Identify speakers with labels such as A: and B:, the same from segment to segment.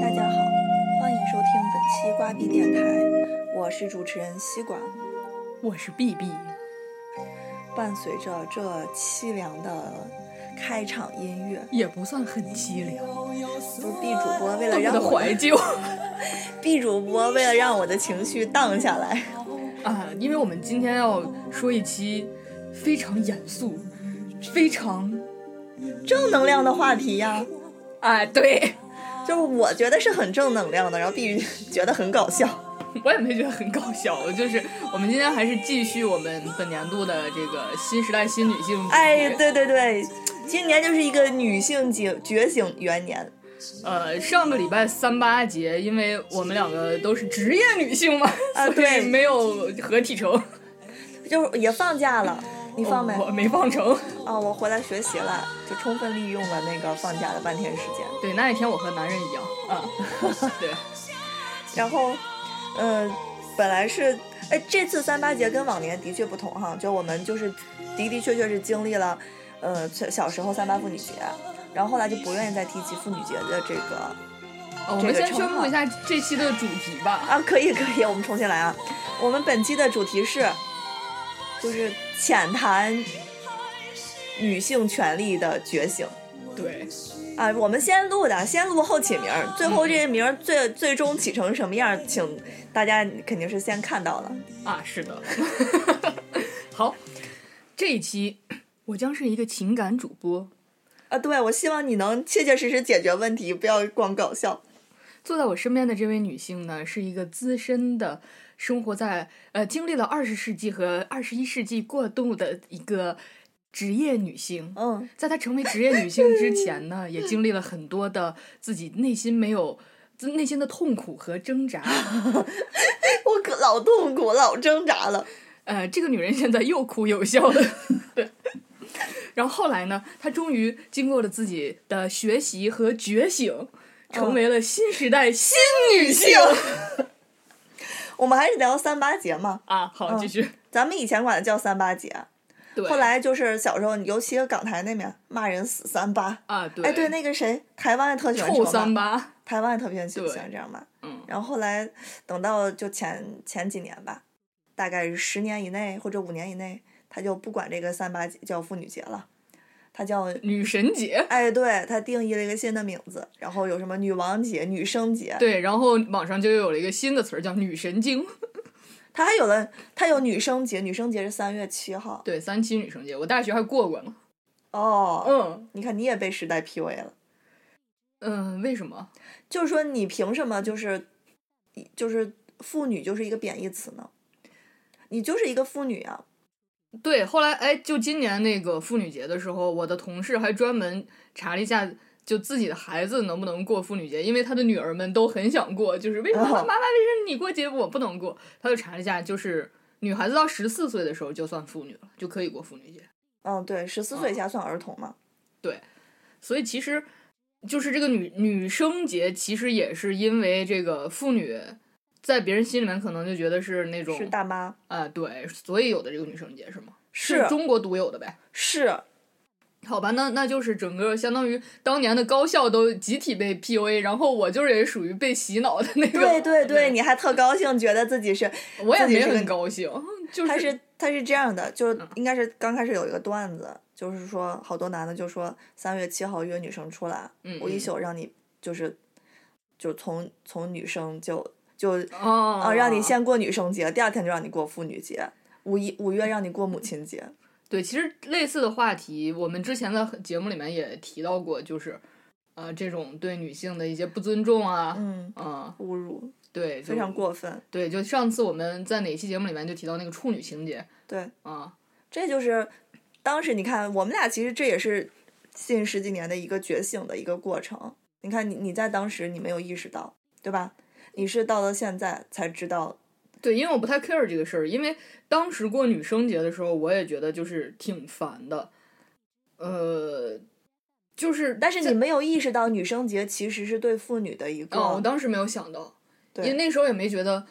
A: 大家好，欢迎收听本期瓜比电台，我是主持人西瓜。
B: 我是 B B，
A: 伴随着这凄凉的开场音乐，
B: 也不算很凄凉，
A: 就是 B 主播为了
B: 多么
A: 让
B: 的
A: 我
B: 怀旧
A: B 主播为了让我的情绪荡下来，
B: 啊！因为我们今天要说一期非常严肃、非常
A: 正能量的话题呀，
B: 哎，对
A: 就是我觉得是很正能量的，然后 B 觉得很搞笑。
B: 我也没觉得很搞笑，就是我们今天还是继续我们本年度的这个新时代新女性主题。
A: 哎，对对对，今年就是一个女性觉觉醒元年。
B: 呃，上个礼拜三八节，因为我们两个都是职业女性嘛，
A: 啊
B: 所
A: 对
B: 以没有合体成，
A: 就是也放假了，你放没？
B: 我
A: 啊、
B: 没放成。
A: 我回来学习了，就充分利用了那个放假的半天时间。
B: 对，那一天我和男人一样啊， 对。
A: 然后，呃，本来是，哎，这次三八节跟往年的确不同哈，就我们就是的的确确是经历了，呃，小时候三八妇女节，然后后来就不愿意再提及妇女节的这个
B: 呃我们
A: 这个
B: 先宣
A: 称号
B: 布一下这期的主题吧。
A: 啊，可以可以，我们重新来啊。我们本期的主题是，就是浅谈女性权利的觉醒。
B: 对，
A: 啊，我们先录的，先录后起名儿，最后这些名儿最、最终起成什么样儿，请大家肯定是先看到了。
B: 啊，是的。好，这一期我将是一个情感主播，
A: 啊，对，我希望你能切切实实解决问题，不要光搞笑。
B: 坐在我身边的这位女性呢，是一个资深的生活在呃经历了二十世纪和二十一世纪过渡的一个职业女性。
A: 嗯，
B: 在她成为职业女性之前呢，也经历了很多的自己内心没有。自内心的痛苦和挣 扎，
A: 我可老痛苦，老挣扎了。
B: 呃，这个女人现在又哭又笑的， 对。然后后来呢，她终于经过了自己的学习和觉醒，
A: 嗯
B: 成为了新时代新女性、
A: 我们还是聊三八节嘛，
B: 啊。好，继续。
A: 咱们以前管它叫三八节，
B: 对，
A: 嗯后来就是小时候，尤其是港台那边骂人死三八。
B: 啊，对，
A: 哎，对，那个谁，台湾也特喜欢
B: 臭
A: 这么
B: 三
A: 骂，
B: 八，
A: 台湾也特别喜
B: 对
A: 欢这样骂。
B: 嗯，
A: 然后后来等到就前前几年吧，大概是十年以内或者五年以内，他就不管这个三八节叫妇女节了，他叫
B: 女神节。
A: 哎，对，他定义了一个新的名字，然后有什么女王节、女生节，
B: 对，然后网上就有了一个新的词儿叫“女神经
A: 他还有了，他有女生节，女生节是三月七”。号。
B: 对，三七女神节，我大学还过过呢。
A: 哦，
B: 嗯
A: 你看你也被时代 PUA 了，
B: 嗯，为什么？
A: 就是说你凭什么就是，就是妇女就是一个贬义词呢？你就是一个妇女啊，
B: 对，后来哎，就今年那个妇女节的时候，我的同事还专门查了一下，就自己的孩子能不能过妇女节，因为他的女儿们都很想过，就是为什么
A: 哦
B: 妈妈为什么你过节我不能过？他就查了一下，就是女孩子到十四岁的时候就算妇女了，就可以过妇女节。
A: 嗯，对，十四岁以下算儿童嘛。
B: 所以其实就是这个女女生节，其实也是因为这个妇女在别人心里面可能就觉得是那种
A: 是大妈，
B: 啊、对，所以有的这个女生节是吗？
A: 是
B: 中国独有的呗。
A: 是，
B: 好吧，那那就是整个相当于当年的高校都集体被 PUA，然后我就是也属于被洗脑的那个。
A: 对对对，你还特高兴，觉得自己是，
B: 我也
A: 自己
B: 没
A: 是个
B: 很高兴，哦就
A: 他
B: 是嗯
A: 是他是这样的，就是应该是刚开始有一个段子，就是说好多男的就说三月七号约女生出来，
B: 嗯
A: 我一
B: 嗯
A: 宿让你就是就从从女生就就
B: 哦、
A: 啊让你先过女生节，第二天就让你过妇女节，五一五月让你过母亲节，
B: 对，其实类似的话题，我们之前的节目里面也提到过，就是呃这种对女性的一些不尊重啊，
A: 嗯，
B: 嗯，
A: 侮辱
B: 对，
A: 非
B: 就
A: 常过分，
B: 对，就上次我们在哪期节目里面就提到那个处女情节
A: 对，
B: 啊，
A: 这就是当时你看我们俩其实这也是近十几年的一个觉醒的一个过程。你看你你在当时你没有意识到，对吧？你是到了现在才知道
B: 对，因为我不太 care 这个事儿，因为当时过女生节的时候，我也觉得就是挺烦的，呃，就是
A: 但是你没有意识到女生节其实是对
B: 哦
A: 妇女的一个，
B: 哦，我当时没有想到，因为
A: 对
B: 那时候也没觉得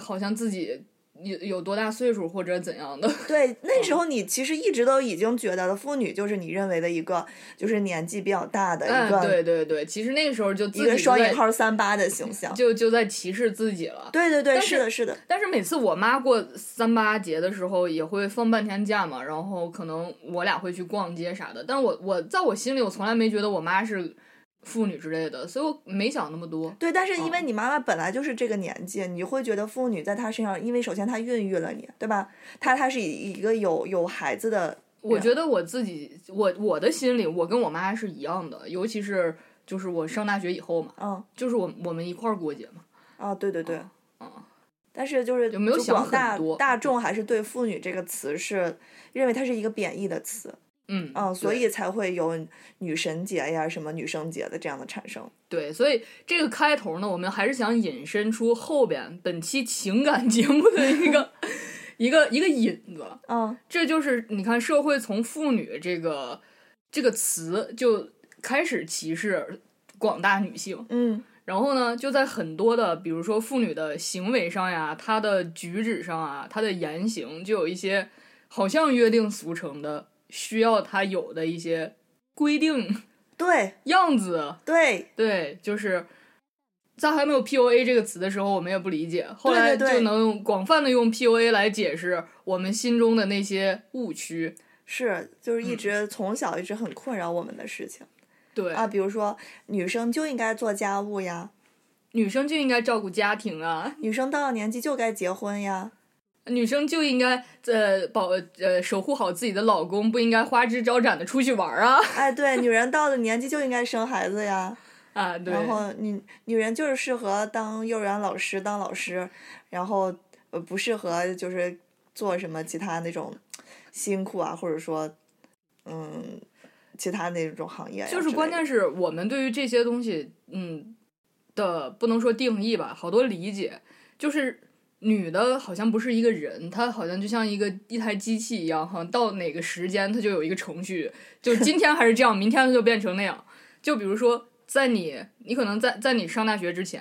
B: 好像自己有有多大岁数或者怎样 的。
A: 对，那
B: 嗯
A: 时候你其实一直都已经觉得妇女就是你认为的一个，就是年纪比较大的一
B: 嗯，
A: 个、
B: 对对对，其实那个时候就自
A: 一
B: 己
A: 个
B: 就
A: 双引
B: 在
A: 号三八的形象。
B: 就就在歧视自己了。
A: 对对对，
B: 但是
A: 是的，是的，
B: 但是每次我妈过三八节的时候，也会放半天假嘛，然后可能我俩会去逛街啥的。但我我在我心里，我从来没觉得我妈是妇女之类的，所以我没想那么多。
A: 对。但是因
B: 嗯
A: 为你妈妈本来就是这个年纪，你会觉得妇女在她身上，因为首先她孕育了你，对吧？她她是以一个有有孩子的，
B: 我觉得我自己，我我的心里，我跟我妈是一样的，尤其是就是我上大学以后嘛，
A: 嗯，
B: 就是我我们一块儿过节嘛，
A: 啊，对对对，
B: 嗯
A: 但是就是
B: 有没有
A: 就
B: 想
A: 广
B: 很
A: 大
B: 多嗯
A: 大众还是对“妇女”这个词是认为它是一个贬义的词，
B: 嗯
A: 嗯，所
B: 对
A: 以才会有女神节呀、什么女生节的这样的产生。
B: 对，所以这个开头呢，我们还是想引申出后边本期情感节目的 一个一个一个引子，
A: 嗯，
B: 这就是你看社会从妇女这个这个词就开始歧视广大女性，
A: 嗯，
B: 然后呢，就在很多的，比如说妇女的行为上呀，她的举止上啊，她的言行，就有一些好像约定俗成的，需要她有的一些规定
A: 对
B: 样子。
A: 对
B: 对，就是在还没有 PUA 这个词的时候，我们也不理解，后来
A: 对
B: 就
A: 对
B: 能用广泛的用 PUA 来解释我们心中的那些误区。
A: 是，就是一直从小一直很困扰我们的事情、
B: 嗯对，
A: 啊，比如说女生就应该做家务呀，
B: 女生就应该照顾家庭啊，
A: 女生到了年纪就该结婚呀，
B: 女生就应该呃保呃守护好自己的老公，不应该花枝招展的出去玩儿啊
A: 哎，对，女人到了年纪就应该生孩子呀，
B: 啊！对，
A: 然后女女人就是适合当幼儿园老师当老师，然后呃不适合就是做什么其他那种辛苦啊，或者说嗯其他那种行业呀之类
B: 就
A: 的，
B: 是关键是我们对于这些东西，嗯的不能说定义吧，好多理解，就是女的好像不是一个人，她好像就像一个一台机器一样，好像到哪个时间它就有一个程序，就今天还是这样，明天就变成那样。就比如说，在你你可能在在你上大学之前，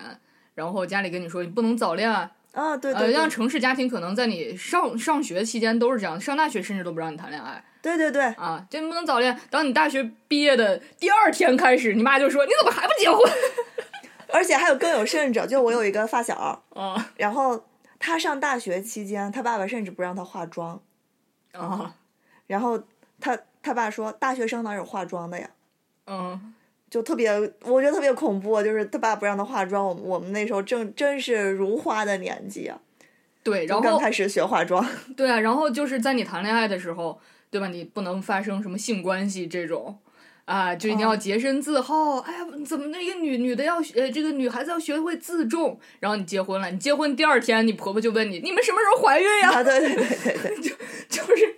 B: 然后家里跟你说你不能早恋啊，
A: 啊，对
B: 呃，
A: 对
B: 像
A: 对
B: 城市家庭可能在你上上学期间都是这样，上大学甚至都不让你谈恋爱。
A: 对对对，
B: 啊，这不能早恋。当你大学毕业的第二天开始，你妈就说：“你怎么还不结婚
A: 而且还有更有甚者，就我有一个发小，？”
B: 啊
A: 然后他上大学期间，他爸爸甚至不让他化妆，
B: 啊
A: 然后他他爸说大学生哪有化妆的呀？
B: 嗯，
A: 就特别，我觉得特别恐怖，就是他爸不让他化妆，我们我们那时候正真是如花的年纪啊，
B: 对。然
A: 刚
B: 后
A: 开始学化 妆，
B: 对啊，然后就是在你谈恋爱的时候，对吧？你不能发生什么性关系这种。啊，就一定要洁身自好。哎呀，怎么那个女女的要学，呃这个女孩子要学会自重。然后你结婚了，你结婚第二天，你婆婆就问你，你们什么时候怀孕呀、
A: 啊，对对对对对，
B: 就是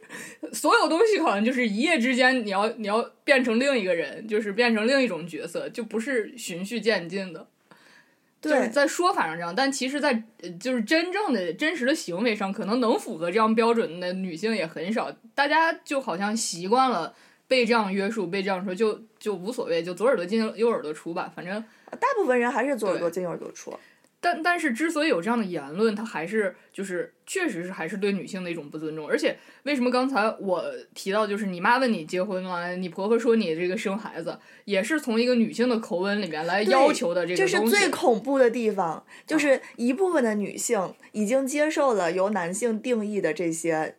B: 所有东西好像就是一夜之间，你要你要变成另一个人，就是变成另一种角色，就不是循序渐进的。 就是
A: 对
B: 在说法上这样，但其实在，呃就是真正的真实的行为上，可能能符合这样标准的女性也很少。大家就好像习惯了被这样约束，被这样说，就就无所谓，就左耳朵进右耳朵出吧，反正
A: 大部分人还是左耳朵进右耳朵出，
B: 但但是之所以有这样的言论，它还是就是确实是还是对女性的一种不尊重。而且为什么刚才我提到，就是你妈问你结婚了，你婆婆说你这个生孩子，也是从一个女性的口吻里面来
A: 对
B: 要求的这
A: 这
B: 个
A: 是
B: 东西。啊
A: 最恐怖的地方，就是一部分的女性已经接受了由男性定义的这些。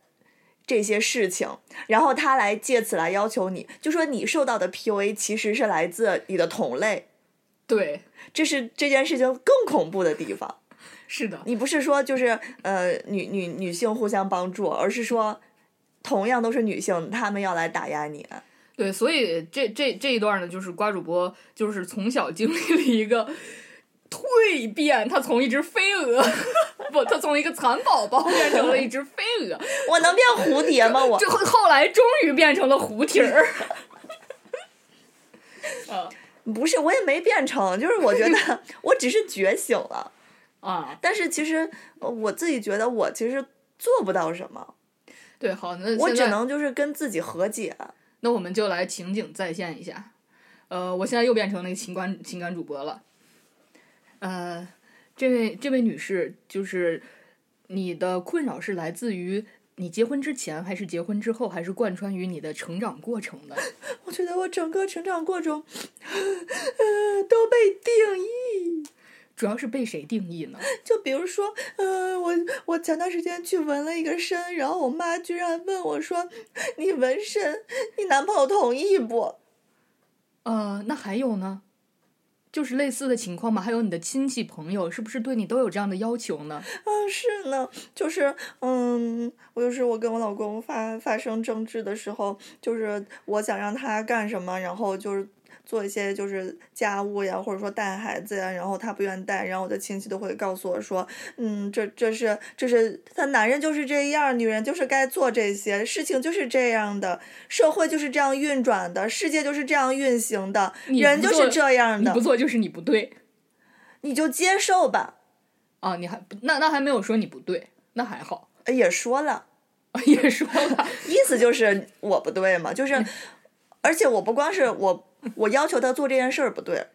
A: 这些事情，然后他来借此来要求你，就说你受到的 PUA 其实是来自你的同类，
B: 对，
A: 这是这件事情更恐怖的地方。
B: 是的，
A: 你不是说就是呃女女女性互相帮助，而是说同样都是女性，她们要来打压你。
B: 对，所以这这这一段呢，就是瓜主播就是从小经历了一个蜕变，他从一只飞蛾， 不，他从一个蚕宝宝变成了一只飞蛾，
A: 我能变蝴蝶吗？我
B: 最后后来终于变成了蝴蝶 儿。啊
A: 不是，我也没变成，就是我觉得我只是觉醒了。
B: 啊，
A: 但是其实呃我自己觉得我其实做不到什么，
B: 对，好，那
A: 我
B: 现
A: 只
B: 在
A: 能就是跟自己和解。
B: 那我们就来情景再现一下。呃，我现在又变成那个情感情感主播了。呃，这位这位女士，就是你的困扰是来自于你结婚之前，还是结婚之后，还是贯穿于你的成长过程的？
A: 我觉得我整个成长过程，呃，都被定义。
B: 主要是被谁定义呢？
A: 就比如说，呃，我我前段时间去纹了一个身，然后我妈居然问我说：“你纹身，你男朋友同意不
B: 呃，那还有呢，就是类似的情况嘛。还有你的亲戚朋友，是不是对你都有这样的要求呢？？”
A: 啊，是呢，就是嗯，我就是我跟我老公发发生争执的时候，就是我想让他干什么，然后就是。做一些就是家务呀，或者说带孩子呀，然后他不愿带，然后我的亲戚都会告诉我说，嗯，这这是这是他男人就是这样，女人就是该做这些事情就是这样的，社会就是这样运转的，世界就是这样运行的，
B: 你
A: 人
B: 不
A: 就
B: 做
A: 是这样
B: 你
A: 的
B: 不，做就是你不对
A: 你就接受吧。
B: 啊！你还那那还没有说你不对，那还好，
A: 呃也说了，
B: 也说了，
A: 意思就是我不对嘛，
B: 嗯
A: 就是，而且我不光是我，我要求他做这件事儿不对，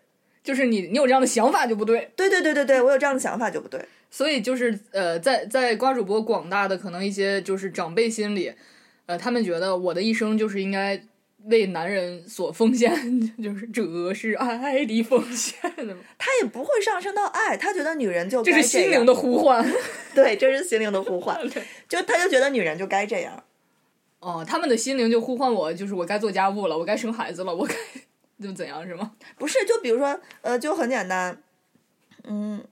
B: 就是你你有这样的想法就不对。
A: 对对对对对，我有这样的想法就不对。
B: 所以就是呃，在在瓜主播广大的可能一些就是长辈心里，呃，他们觉得我的一生就是应该为男人所奉献， 就是这是爱的奉献的嘛，
A: 他也不会上升到爱，他觉得女人就
B: 这
A: 该
B: 是
A: 这
B: 心灵
A: 样，
B: 的呼唤。
A: 对，这是心灵的呼唤
B: ，对
A: 就他就觉得女人就该这样。
B: 哦，他们的心灵就呼唤我，就是我该做家务了，我该生孩子了，我该就怎样是吗？
A: 不是，就比如说，呃，就很简单，嗯，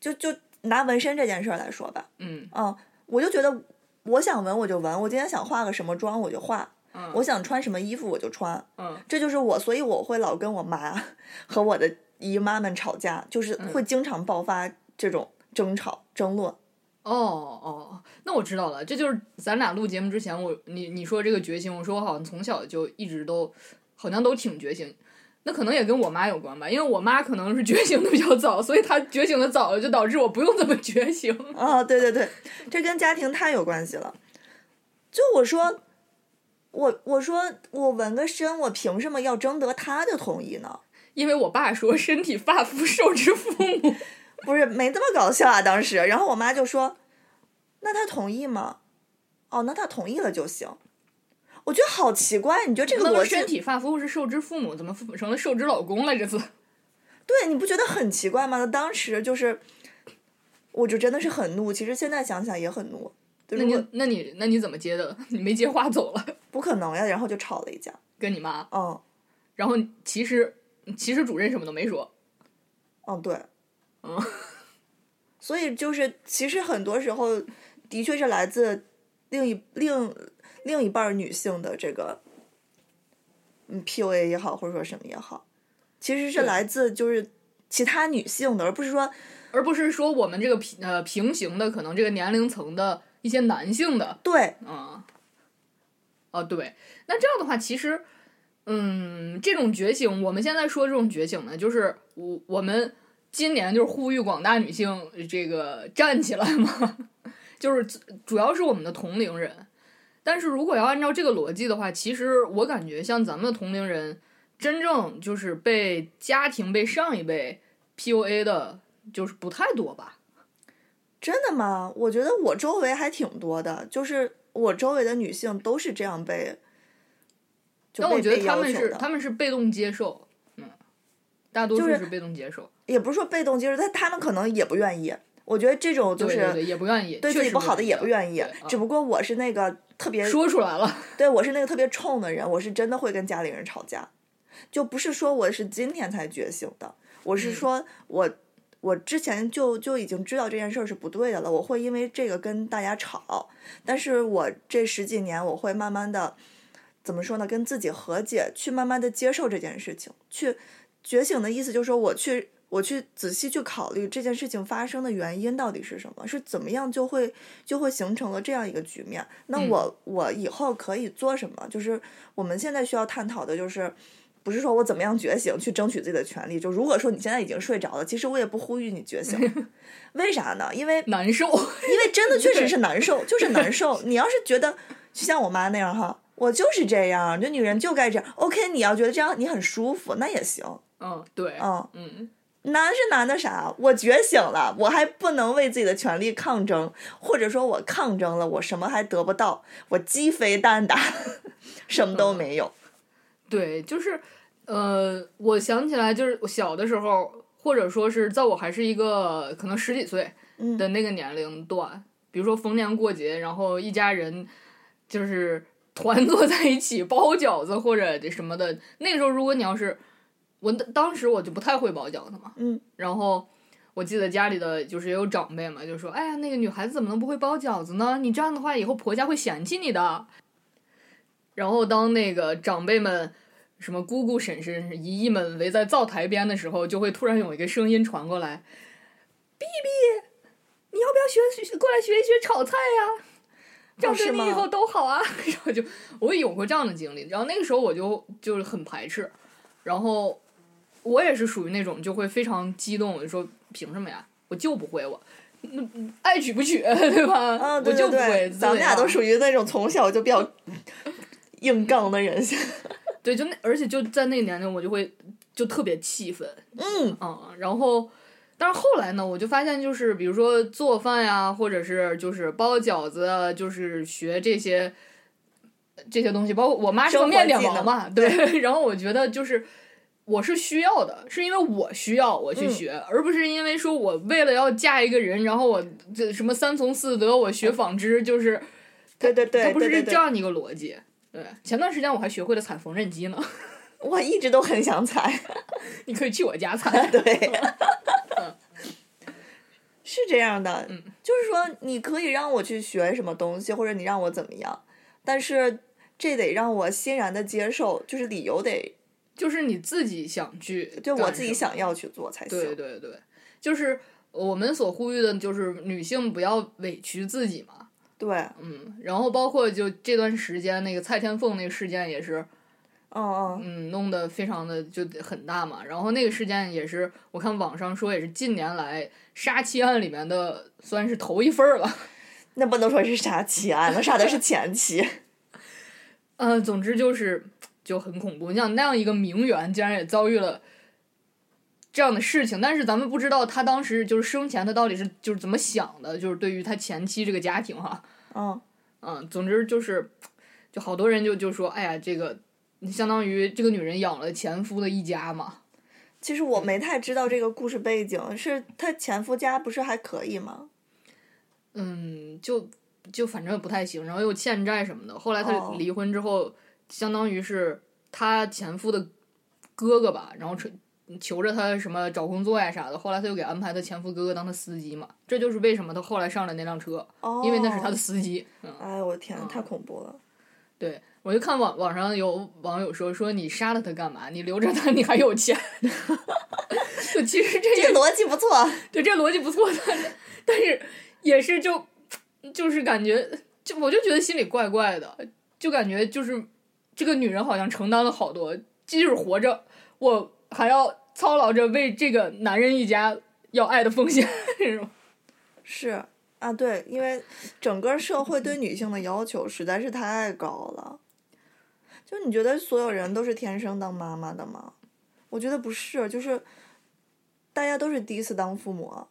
A: 就就拿纹身这件事儿来说吧，
B: 嗯
A: 嗯，我就觉得我想纹我就纹，我今天想化个什么妆我就化，
B: 嗯
A: 我想穿什么衣服我就穿，
B: 嗯
A: 这就是我，所以我会老跟我妈 和我的姨妈们吵架，就是会经常爆发这种争吵、争论。
B: 哦哦，那我知道了，这就是咱俩录节目之前，我你你说这个觉醒，我说我好像从小就一直都好像都挺觉醒，那可能也跟我妈有关吧，因为我妈可能是觉醒的比较早，所以她觉醒的早，就导致我不用这么觉醒。
A: 啊，对对对，这跟家庭太有关系了。就我说，我我说我纹个身，我凭什么要征得他的同意呢？
B: 因为我爸说身体发肤受之父母，
A: 不是没这么搞笑啊，当时。然后我妈就说：“那他同意吗？”哦，那他同意了就行。我觉得好奇怪，你觉得 这个
B: 那
A: 逻
B: 么
A: 辑
B: 身体发肤是受之父母，怎么父成了受之老公了？这次
A: 对，你不觉得很奇怪吗？那当时就是，我就真的是很怒。其实现在想想也很怒，就
B: 那
A: 如果
B: 你那你那你怎么接的？ 你没接话走了，
A: 不可能呀，然后就吵了一架。
B: 跟你妈。
A: 嗯
B: 然后其实其实主任什么都没说，
A: 嗯，对，
B: 嗯，
A: 所以就是其实很多时候的确是来自另一另另一半儿女性的这个，嗯，PUA 也好，或者说什么也好，其实是
B: 对
A: 来自就是其他女性的，而不是说
B: 而不是说我们这个平呃平行的可能这个年龄层的一些男性的
A: 对
B: 啊、哦对，那这样的话其实嗯这种觉醒，我们现在说这种觉醒呢，就是我我们今年就是呼吁广大女性这个站起来嘛， 就是主主要是我们的同龄人。但是如果要按照这个逻辑的话，其实我感觉像咱们的同龄人，真正就是被家庭、被上一辈 PUA 的，就是不太多吧。
A: 真的吗？我觉得我周围还挺多的，就是我周围的女性都是这样被，就
B: 但
A: 被
B: 我觉得
A: 被
B: 他
A: 要
B: 们
A: 求
B: 是
A: 的
B: 他们是被动接受，嗯，大多数
A: 就是
B: 是被动接受，
A: 也不是说被动接受，但他们可能也不愿意。我觉得这种就
B: 对对
A: 是
B: 对，也不愿意，
A: 对自
B: 确
A: 己
B: 实
A: 不好的也不愿意
B: 对啊，
A: 只不过我是那个特别，
B: 说出来了，
A: 对我是那个特别冲的人，我是真的会跟家里人吵架，就不是说我是今天才觉醒的，我是
B: 嗯
A: 说我、我之前就就已经知道这件事儿是不对的了，我会因为这个跟大家吵，但是我这十几年我会慢慢的怎么说呢，跟自己和解，去慢慢的接受这件事情，去觉醒的意思就是说我去。我去仔细去考虑这件事情发生的原因到底是什么，是怎么样就会就会形成了这样一个局面。那
B: 嗯
A: 我、我以后可以做什么？就是我们现在需要探讨的就是，不是说我怎么样觉醒去争取自己的权利。就如果说你现在已经睡着了，其实我也不呼吁你觉醒，为啥呢？因为
B: 难受，
A: 因为真的确实是难受，就是难受。你要是觉得就像我妈那样哈，我就是这样，就女人就该这样。OK，你要觉得这样你很舒服，那也行。
B: 嗯，对，
A: 嗯，
B: 嗯，
A: 男是男的啥？我觉醒了，我还不能为自己的权利抗争，或者说我抗争了，我什么还得不到，我鸡飞蛋打， 什么
B: 嗯
A: 都没有。
B: 对，就是，呃，我想起来，就是我小的时候，或者说是在我还是一个可能十几岁
A: 嗯
B: 的那个年龄段，比如说逢年过节，然后一家人就是团 坐在一起包饺子或者什么的。那个时候，如果你要是我当当时我就不太会包饺子嘛，
A: 嗯，
B: 然后。我记得家里的就是也有长辈嘛，就说：“哎呀，那个女孩子怎么能不会包饺子呢？你这样的话，以后婆家会嫌弃你的。”然后当那个长辈们什么姑姑、婶婶、姨姨们围在灶台边的时候，就会突然有一个声音传过来：“碧碧，你要不要学学过来学一学炒菜呀、这样
A: 哦
B: 对
A: 是
B: 你
A: 吗
B: 以后都好啊。”然后就我有过这样的经历，然后那个时候我就就是很排斥，然后我也是属于那种就会非常激动，我就说凭什么呀？我就不会我。那爱娶不娶， 对吧？
A: 嗯，对对
B: 我就不
A: 对，
B: 会。
A: 咱们俩
B: 怎么
A: 都
B: 样
A: 属于那种从小就比 较硬刚的人。
B: 对，就那，而且就在那个年龄，我就会就特别气愤，
A: 嗯
B: 嗯，然后，但是后来呢，我就发现，就是比如说做饭呀，或者是就是包饺子啊，就是学这些这些东西，包括我妈是个
A: 生活
B: 面点
A: 技
B: 王
A: 能
B: 嘛，对， 然后我觉得就是。我是需要的，是因为我需要我去
A: 嗯
B: 学，而不是因为说我为了要嫁一个人，然后我这什么三从四德，我学纺织就是
A: 对对对
B: 它不
A: 对对
B: 是这
A: 对，
B: 样的一个逻辑。对，前段时间我还学会了踩缝纫机呢，
A: 我一直都很想踩。
B: 你可以去我 家 踩。
A: 对，是这样的，
B: 嗯
A: 就是说你可以让我去学什么东西，或者你让我怎么样，但是这得让我欣然的接受，就是理由得
B: 就是你自己想去，
A: 就我自己。想要去做才行。
B: 对对对，就是我们所呼吁的，就是女性不要委屈自己嘛。
A: 对
B: 嗯，然后包括就这段时间那个蔡天凤那个事件也是，
A: 嗯嗯，
B: 嗯，弄得非常的就很大嘛。然后那个事件也是，我看网上说也是近年来杀妻案里面的算是头一份儿了。
A: 那不能说是杀妻案，那杀的是前 妻。
B: 呃，总之就是就很恐怖。你想那样一个名媛，竟然也遭遇了这样的事情，但是咱们不知道他当时就是生前他到底是就是怎么想的，就是对于他前妻这个家庭哈，
A: 嗯，
B: 嗯，总之就是就好多人就就说，哎呀，这个相当于这个女人养了前夫的一家嘛，
A: 其实我没太知道这个故事背景，是她前夫家不是还可以吗？
B: 嗯，就就反正也不太行，然后又欠债什么的。后来他
A: 哦
B: 离婚之后，相当于是他前夫的哥哥吧，然后求求着他什么找工作呀啥的。后来他又给安排他前夫哥哥当他司机嘛，这就是为什么他后来上了那辆车，
A: 哦，
B: 因为那是他的。司机。嗯，
A: 哎，我天，太恐怖了！
B: 对。我就看网网上有网友说说你杀了他干嘛？你留着他，你还有 钱。 就其实这也
A: 这逻辑不错。
B: 对，这逻辑不错，但是但是也是就就是感觉，就我就觉得心里怪怪的，就感觉就是这个女人好像承担了好多，即使活着，我还要操劳着为这个男人一家要爱的风险，是吗？
A: 是啊，对，因为整个社会对女性的要求实在是太高了。就你觉得所有人都是天生当妈妈的吗？我觉得不是，就是大家都是第一次当父母，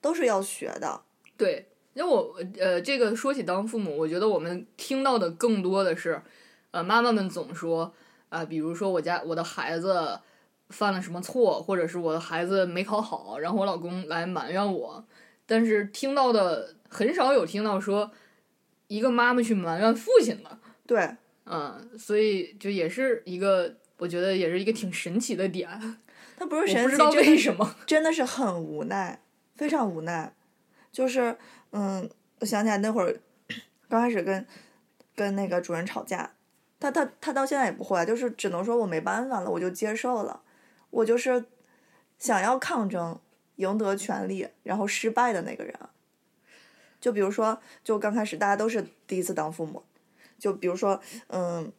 A: 都是要学的。
B: 对，因为我呃，这个说起当父母，我觉得我们听到的更多的是，呃，妈妈们总说啊、比如说我家我的孩子犯了什么错，或者是我的孩子没考好，然后我老公来埋怨我，但是听到的很少有听到说一个妈妈去埋怨父亲的，
A: 对，
B: 嗯、所以就也是一个。我觉得也是一个挺神奇的点，
A: 它不是
B: 我
A: 神
B: 不知
A: 奇，
B: 道
A: 真的
B: 为什么。
A: 真的是很无奈，非常无奈。就是，嗯，我想起来那会儿，刚开始跟跟那个主人吵架，他他他到现在也不会，就是只能说我没办法了，我就接受了，我就是想要抗争，赢得权利，然后失败的那个人。就比如说，就刚开始大家都是第一次当父母，就比如说，嗯，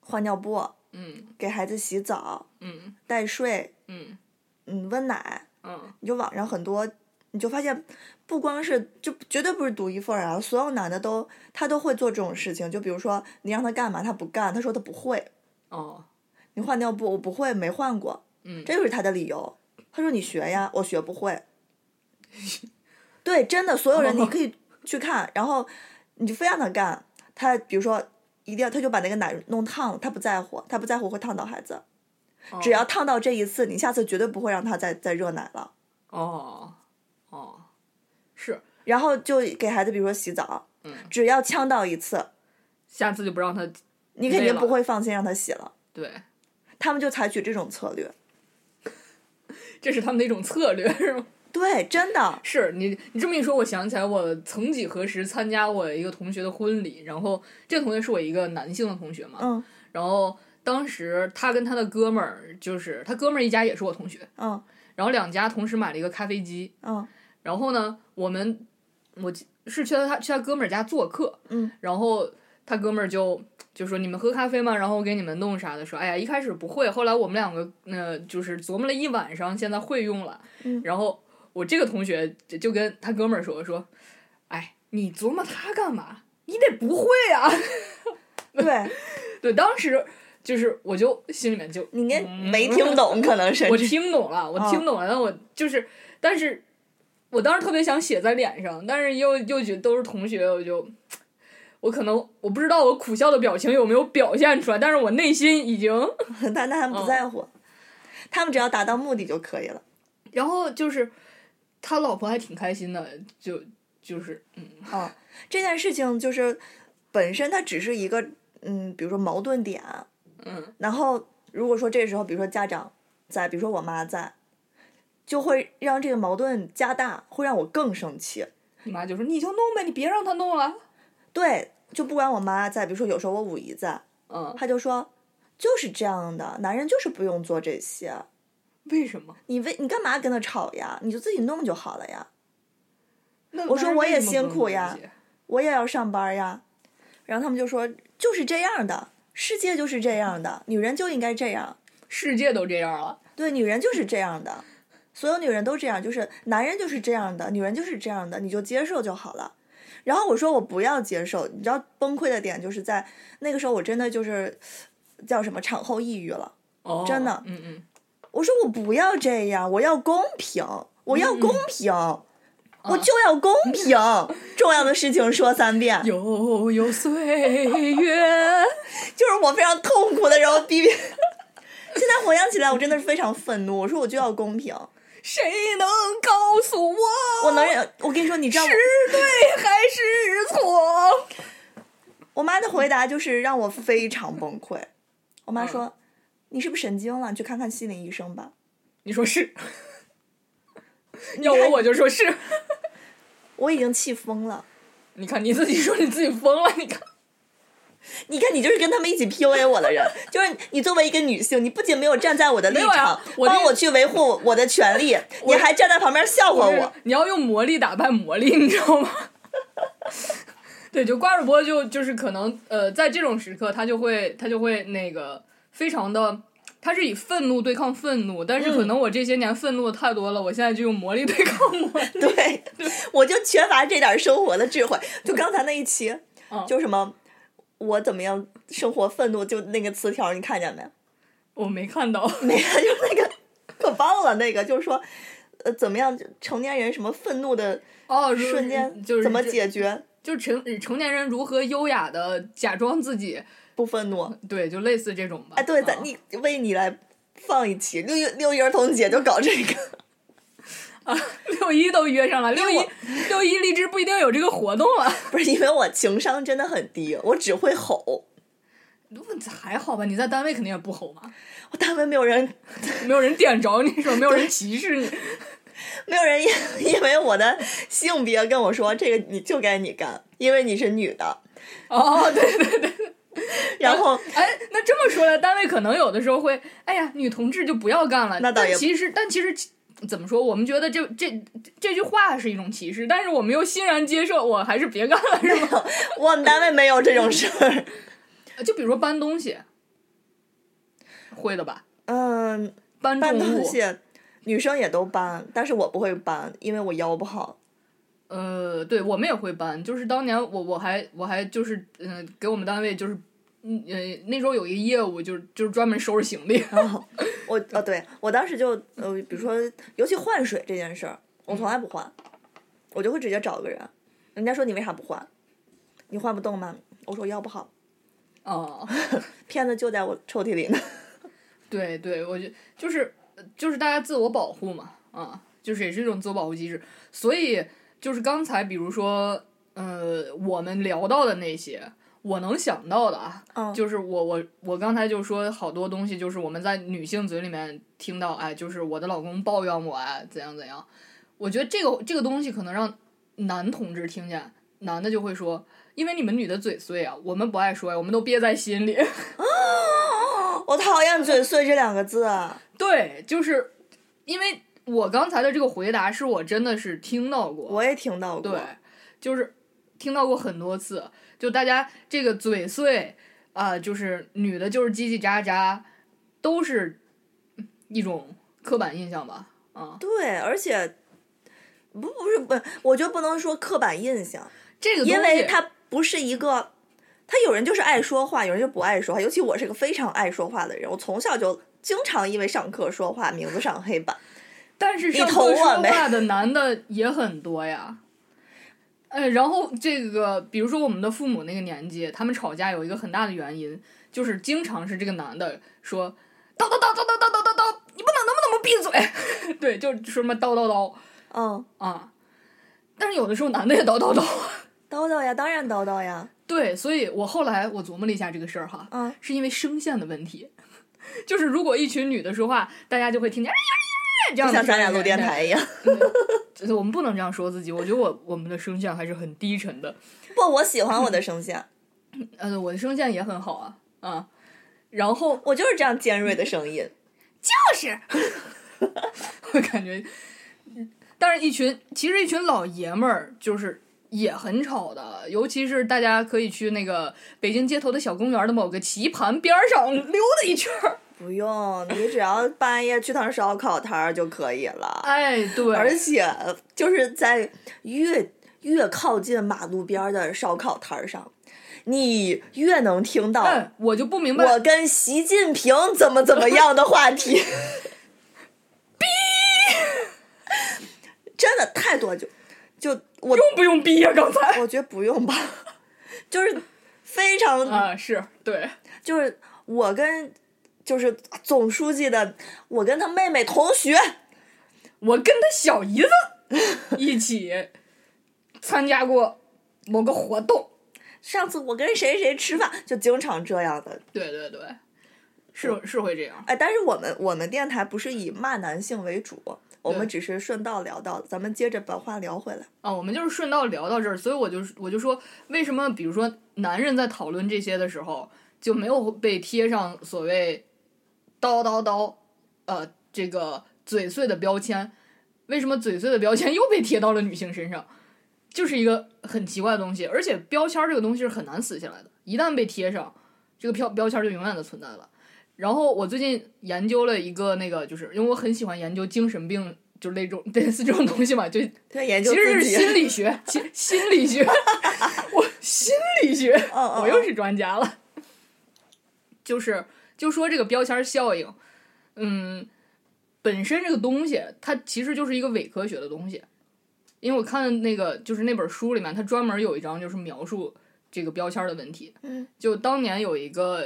A: 换尿布，
B: 嗯
A: 给孩子洗澡，
B: 嗯
A: 带睡，
B: 嗯
A: 嗯，温奶，
B: 嗯，
A: 你就网上很多，你就发现不光是就绝对不是独一份儿啊，所有男的都他都会做这种事情。就比如说你让他干嘛，他不干，他说他不会。
B: 哦，
A: 你换尿布，我不会，没换过，
B: 嗯
A: 这就是他的理由。他说你学呀，我学不会。对，真的，所有人你可以去看，然后你就非让他干，他比如说一定要，他就把那个奶弄烫了，他不在乎，他不在乎会烫到孩子，
B: 哦
A: 只要烫到这一次，你下次绝对不会让他再再热奶了。
B: 哦哦，是，
A: 然后就给孩子，比如说洗澡，
B: 嗯
A: 只要呛到一次，
B: 下次就不让他
A: 你肯
B: 累
A: 定
B: 了
A: 不会放心让他洗了。
B: 对，
A: 他们就采取这种策略，
B: 这是他们的一种策略，是吗？
A: 对，真的，
B: 是你，你这么一说，我想起来，我曾几何时参加我一个同学的婚礼，然后这个同学是我一个男性的同学嘛，
A: 嗯
B: 然后当时他跟他的哥们儿，就是他哥们儿一家也是我同学，
A: 嗯
B: 然后两家同时买了一个咖啡机，
A: 嗯
B: 然后呢，我们我记是去他他去他哥们儿家做客，
A: 嗯，
B: 然后他哥们儿就就说你们喝咖啡吗？然后我给你们弄啥的，说哎呀一开始不会，后来我们两个呃就是琢磨了一晚上，现在会用了，
A: 嗯
B: 然后我这个同学就就跟他哥们儿说说，哎你琢磨他干嘛？你得不会啊！
A: 对
B: 对，当时就是我就心里面就
A: 你连
B: 嗯
A: 没听懂，可能
B: 我
A: 甚至
B: 听懂了，我
A: 啊
B: 听懂了，但我就是，但是我当时特别想写在脸上，但是又又觉得都是同学，我就，我可能我不知道我苦笑的表情有没有表现出来，但是我内心已经，
A: 但他
B: 嗯
A: 们不在乎，他们只要达到目的就可以了。
B: 然后就是他老婆还挺开心的，就就是嗯，
A: 嗯，这件事情就是本身它只是一个嗯，比如说矛盾点，
B: 嗯，
A: 然后如果说这时候，比如说家长在，比如说我妈在，就会让这个矛盾加大，会让我更生气。
B: 你妈就说你就弄呗，你别让他弄了，
A: 对，就不管我妈在，比如说有时候我五姨在，
B: 嗯，
A: 她就说就是这样的，男人就是不用做这些，
B: 为什么？
A: 你为你干嘛跟他吵呀？你就自己弄就好了呀，
B: 那
A: 我说
B: 男人
A: 我也
B: 为什么不
A: 辛苦
B: 理
A: 呀
B: 解，
A: 我也要上班呀。然后他们就说就是这样的，世界就是这样的，女人就应该这样。
B: 世界都这样了，
A: 对，女人就是这样的，所有女人都这样，就是男人就是这样的，女人就是这样的，你就接受就好了。然后我说我不要接受，你知道崩溃的点就是在那个时候，我真的就是叫什么产后抑郁了。
B: 哦，
A: 真的
B: 嗯嗯，
A: 我说我不要这样，我要公平，我要公平，我
B: 嗯啊
A: 就要公 平。重要的事情说三遍，
B: 悠悠岁月。
A: 就是我非常痛苦的时候逼 逼。现在回想起来，我真的是非常愤怒。我说我就要公平，
B: 谁能告诉我
A: 我能忍。我跟你说，你知道我
B: 是对还是错？
A: 我妈的回答就是让我非常崩溃。我
B: 嗯
A: 妈说：“你是不是神经了？你去看看心理医生吧。
B: 你说是，
A: 你看”
B: 要我我就说是。
A: 我已经气疯了。
B: 你看你自己说你自己疯了，你看，
A: 你看，你就是跟他们一起 PUA 我的 人，就是你作为一个女性，你不仅没有站在我的立
B: 没有呀
A: 场，
B: 我
A: 帮
B: 那
A: 我去维护我的权利，你还站在旁边笑话我。
B: 你要用魔力打败魔力，你知道吗？ 对，就瓜主播就就是可能呃，在这种时刻，他就会他就会那个非常的，他是以愤怒对抗愤怒，但是可能我这些年愤怒的太多了，我现在就用魔力对抗魔力。
A: 对，我就缺乏这点生活的智慧。就刚才那一期
B: 嗯，
A: 就什么我怎么样生活愤怒，就那个词条你看见没？
B: 我没看到，
A: 没有，就是那个可棒了，那个就是说，呃，怎么样，成年人什么愤怒的
B: 哦，如
A: 瞬间
B: 就是
A: 怎么
B: 这
A: 解决
B: 就成成年人如何优雅的假装自己，
A: 不愤怒？
B: 对，就类似这种吧。
A: 哎，对，
B: 嗯
A: 咱你为你来放一期六一六一儿童节就搞这个，
B: 六一都约上了，
A: 因
B: 六
A: 为
B: 一六一荔枝不一定有这个活动了。
A: 不是因为我情商真的很低，我只会吼，
B: 不还好吧？你在单位肯定也不吼嘛，
A: 我单位没有人
B: 没有人点着你说，没有人歧视你。
A: 没有人 因因为我的性别跟我说这个你就该你干，因为你是女的，
B: 哦，对对对。
A: 然后。
B: 哎，那这么说来，单位可能有的时候会，哎呀，女同志就不要干了。
A: 那倒也
B: 但其实，但其实怎么说？我们觉得这这这这句话是一种歧视，但是我们又欣然接受，我还是别干了，是吗？
A: 我们单位没有这种事儿，
B: 呃就比如说搬东西，会的吧？
A: 嗯，
B: 搬
A: 搬
B: 重
A: 东
B: 物，
A: 西，女生也都搬，但是我不会搬，因为我腰不好。
B: 呃，对我们也会搬，就是当年我我还我还就是嗯、呃给我们单位就是嗯呃，那时候有一个业务就是就是专门收拾行李，
A: 我哦，对我当时就呃，比如说，尤其换水这件事儿，我从来不换，我就会直接找个人。人家说你为啥不换？你换不动吗？我说腰不好，
B: 哦，
A: 片子就在我抽屉里呢。
B: 对对，我觉就是就是大家自我保护嘛，啊，就是也是一种自我保护机制。所以就是刚才比如说，呃，我们聊到的那些，我能想到的啊，
A: 嗯
B: 就是我我我刚才就说好多东西，就是我们在女性嘴里面听到，哎，就是我的老公抱怨我哎，怎样怎样。我觉得这个这个东西可能让男同志听见，男的就会说，因为你们女的嘴碎啊，我们不爱说呀，我们都憋在心里。
A: 我讨厌“嘴碎”这两个字。啊
B: 对，就是因为我刚才的这个回答是我真的是听到过，
A: 我也听到过。
B: 对，就是听到过很多次，就大家这个嘴碎啊、就是女的就是叽叽喳喳，都是一种刻板印象吧，啊、
A: 对而且不不是不，我就不能说刻板印象，
B: 这个
A: 因
B: 东西
A: 为它不是一个。他有人就是爱说话，有人就不爱说话。尤其我是个非常爱说话的人，我从小就经常因为上课说话，名字上黑板。
B: 但是上
A: 你捅
B: 课
A: 我
B: 说
A: 呗
B: 话的男的也很多呀。呃，然后这个，比如说我们的父母那个年纪，他们吵架有一个很大的原因，就是经常是这个男的说叨叨叨叨叨叨叨叨叨，你不能能不能不闭嘴？ 对，就说什么叨叨叨
A: 嗯，
B: 啊。但是有的时候男的也叨叨叨。
A: 叨叨呀，当然叨叨呀。
B: 对，所以我后来我琢磨了一下这个事儿哈，
A: 嗯
B: 是因为声线的问题， 就是如果一群女的说话，大家就会听见。哎这样
A: 就
B: 的
A: 像咱俩
B: 声
A: 录
B: 音
A: 电台一样。
B: 就是我们不能这样说自己，我觉得我我们的声线还是很低沉的，
A: 不，我喜欢我的声线，
B: 呃，我的声线也很好啊啊，然后
A: 我就是这样尖锐的声音。
B: 就是我感觉，但是一群其实一群老爷们儿就是也很吵的，尤其是大家可以去那个北京街头的小公园的某个棋盘边儿上溜达一圈儿，
A: 不用，你只要半夜去趟烧烤摊儿就可以了。
B: 哎，对，
A: 而且就是在越越靠近马路边儿的烧烤摊儿上，你越能听到
B: 嗯，我就不明白
A: 我跟习近平怎么怎么样的话题。 逼， 真的太多就就我
B: 用不用逼呀、刚才
A: 我觉得不用吧， 就是非常
B: 啊，是对，
A: 就是我跟就是总书记的，我跟他妹妹同学，
B: 我跟他小姨子一起参加过某个活动。
A: 上次我跟谁谁吃饭，就经常这样的。
B: 对对对，是是会这样。
A: 哎，但是我们我们电台不是以骂男性为主，我们只是顺道聊到，咱们接着把话聊回来。
B: 啊，我们就是顺道聊到这儿，所以我就我就说，为什么比如说男人在讨论这些的时候就没有被贴上所谓“叨叨叨”呃这个嘴碎的标签？为什么嘴碎的标签又被贴到了女性身上？就是一个很奇怪的东西，而且标签这个东西是很难撕下来的，一旦被贴上，这个标标签就永远的存在了。然后我最近研究了一个那个，就是因为我很喜欢研究精神病，就是那种 类似这种东西嘛，就
A: 对，研究
B: 其实
A: 自
B: 是
A: 己，
B: 心理学，心心理学， 我心理学，
A: 嗯嗯
B: 我又是专家了。就是就说这个标签效应，嗯，本身这个东西它其实就是一个伪科学的东西，因为我看那个就是那本书里面，它专门有一章就是描述这个标签的问题。
A: 嗯，
B: 就当年有一个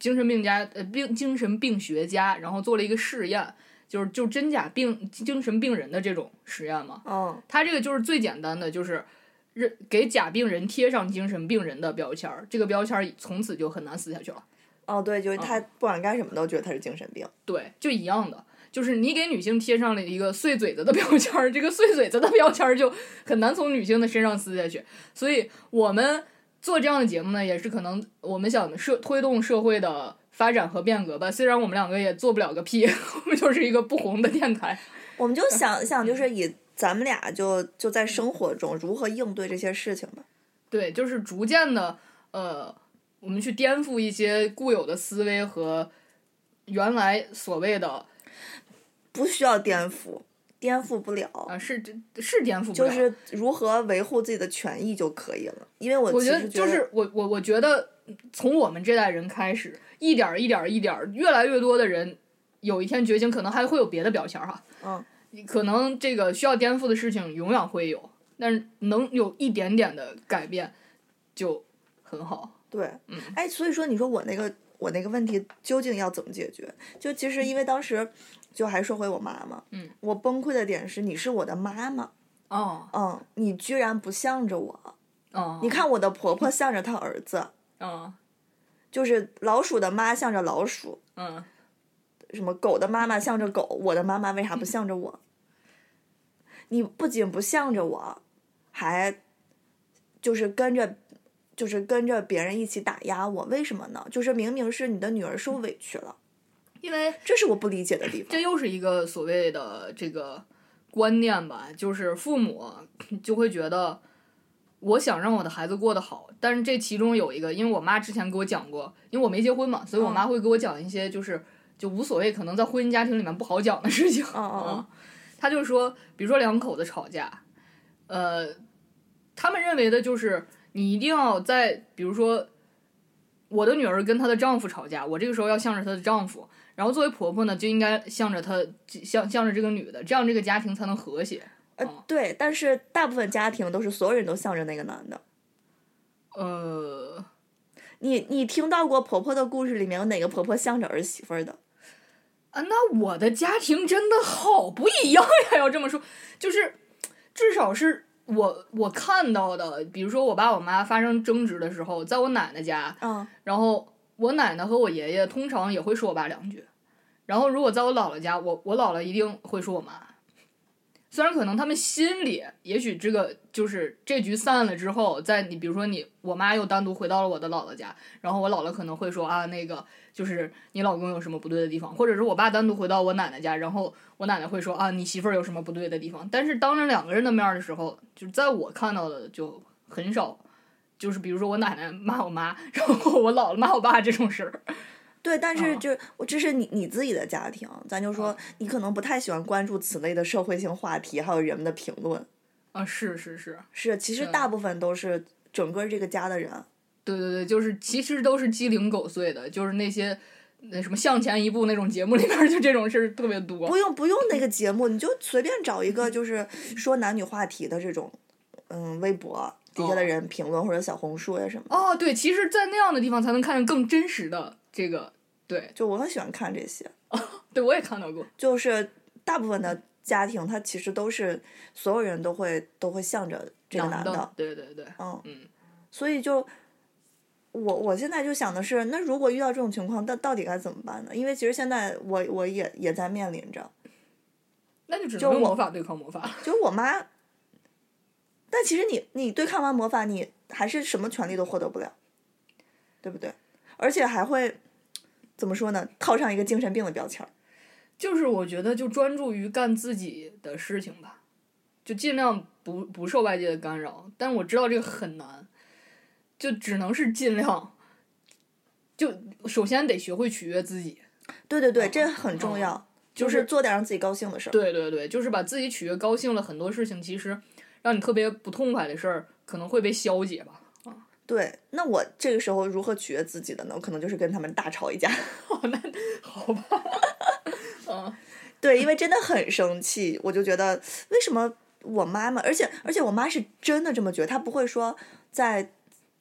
B: 精神病家呃病精神病学家，然后做了一个试验，就是就真假病精神病人的这种实验嘛。
A: 嗯
B: 他这个就是最简单的，就是认给假病人贴上精神病人的标签儿，这个标签儿从此就很难撕下去了。
A: 哦，对，
B: 嗯
A: 就是他不管干什么都觉得他是精神病。
B: 对，就一样的，就是你给女性贴上了一个碎嘴子的标签儿，这个碎嘴子的标签儿就很难从女性的身上撕下去。所以我们做这样的节目呢，也是可能我们想社推动社会的发展和变革吧。虽然我们两个也做不了个屁， 我们就是一个不红的电台。
A: 我们就
B: 嗯
A: 想一想，就是以咱们俩就就在生活中如何应对这些事情吧。
B: 对，就是逐渐的，呃，我们去颠覆一些固有的思维和原来所谓的啊、
A: 不需要颠覆，颠覆不了。
B: 啊是是颠覆不了，
A: 就是如何维护自己的权益就可以了。因为我
B: 我
A: 其
B: 觉得
A: 实
B: 就是我我我觉得从我们这代人开始，一点儿一点儿一点儿，越来越多的人有一天觉醒，可能还会有别的标签儿哈。
A: 嗯，
B: 可能这个需要颠覆的事情永远会有，但是能有一点点的改变就很好。
A: 对，
B: 嗯
A: 哎，所以说你说我那个我那个问题究竟要怎么解决？就其实因为当时就还说回我妈妈，
B: 嗯，
A: 我崩溃的点是你是我的妈妈，
B: 哦
A: 嗯，你居然不向着我，
B: 哦，
A: 你看我的婆婆向着她儿子，
B: 哦，
A: 就是老鼠的妈向着老鼠，
B: 嗯
A: 什么狗的妈妈向着狗，我的妈妈为啥不向着我？你不仅不向着我，还就是跟着，就是跟着别人一起打压我，为什么呢？就是明明是你的女儿受委屈了，
B: 因为
A: 这是我不理解的地方。
B: 这又是一个所谓的这个观念吧，就是父母就会觉得，我想让我的孩子过得好，但是这其中有一个，因为我妈之前给我讲过，因为我没结婚嘛，所以我
A: 嗯
B: 妈会给我讲一些就是、就无所谓，可能在婚姻家庭里面不好讲的事情。
A: 嗯嗯嗯
B: 嗯，她就说，比如说两口子吵架，呃，他们认为的就是你一定要在，比如说。我的女儿跟她的丈夫吵架，我这个时候要向着她的丈夫，然后作为婆婆呢，就应该向着她，向向着这个女的，这样这个家庭才能和谐。
A: 呃，对，但是大部分家庭都是所有人都向着那个男的。
B: 呃，
A: 你你听到过婆婆的故事里面有哪个婆婆向着儿媳妇儿的？
B: 啊，那我的家庭真的好不一样呀！ 要这么说，就是至少是我我看到的，比如说我爸我妈发生争执的时候，在我奶奶家，
A: 嗯
B: 然后我奶奶和我爷爷通常也会说我爸两句，然后如果在我姥姥家，我我姥姥一定会说我妈。虽然可能他们心里，也许这个就是这局散了之后，在你比如说你我妈又单独回到了我的姥姥家，然后我姥姥可能会说啊那个就是你老公有什么不对的地方，或者是我爸单独回到我奶奶家，然后我奶奶会说啊你媳妇儿有什么不对的地方。但是当着两个人的面儿的时候，就是在我看到的就很少，就是比如说我奶奶骂我妈，然后我姥姥骂我爸这种事儿。
A: 对，但是
B: 哦
A: 就我这是你你自己的家庭，咱就说你可能不太喜欢关注此类的社会性话题，还有人们的评论。
B: 啊，是是是，
A: 是，其实
B: 是
A: 大部分都是整个这个家的人。
B: 对对对，就是其实都是鸡零狗碎的，就是那些那什么向前一步那种节目里面儿就这种事儿特别多。
A: 不用不用那个节目，你就随便找一个就是说男女话题的这种，嗯，微博底下的
B: 哦
A: 人评论或者小红书呀什么的。
B: 哦，对，其实，在那样的地方才能看见更真实的这个。对，
A: 就我很喜欢看这些，
B: 对我也看到过。
A: 就是大部分的家庭，它其实都是所有人都会都会向着这个男的，
B: 的，对对对，
A: 嗯
B: 嗯，
A: 所以就我我现在就想的是，那如果遇到这种情况，那到底该怎么办呢？因为其实现在我我也也在面临着，
B: 那就只
A: 就
B: 能用
A: 我
B: 魔法对抗魔法了。
A: 就我妈，但其实你你对抗完魔法，你还是什么权利都获得不了，对不对？而且还会怎么说呢？套上一个精神病的标签儿。
B: 就是我觉得就专注于干自己的事情吧，就尽量不不受外界的干扰。但我知道这个很难，就只能是尽量。就首先得学会取悦自己，
A: 对对对，这很重要，就
B: 就是
A: 是做点让自己高兴的事儿。
B: 对对对，就是把自己取悦高兴了，很多事情其实让你特别不痛快的事儿可能会被消解吧。
A: 对，那我这个时候如何取悦自己的呢？我可能就是跟他们大吵一架。
B: 哦，那好吧，
A: 对，因为真的很生气，我就觉得为什么我妈妈，而且而且我妈是真的这么觉得，她不会说在